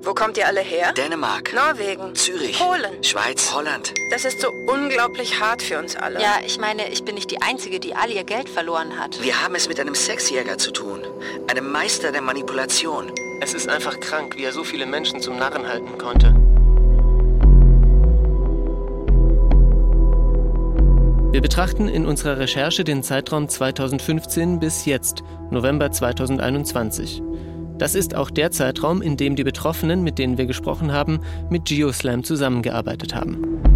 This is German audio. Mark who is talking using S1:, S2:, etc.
S1: Wo kommt ihr alle her?
S2: Dänemark,
S1: Norwegen.
S2: Zürich,
S1: Polen.
S2: Schweiz, Holland.
S1: Das ist so unglaublich hart für uns alle.
S3: Ja, ich meine, ich bin nicht die Einzige, die all ihr Geld verloren hat.
S2: Wir haben es mit einem Sexjäger zu tun, einem Meister der Manipulation.
S4: Es ist einfach krank, wie er so viele Menschen zum Narren halten konnte.
S5: Wir betrachten in unserer Recherche den Zeitraum 2015 bis jetzt, November 2021. Das ist auch der Zeitraum, in dem die Betroffenen, mit denen wir gesprochen haben, mit Geoslam zusammengearbeitet haben.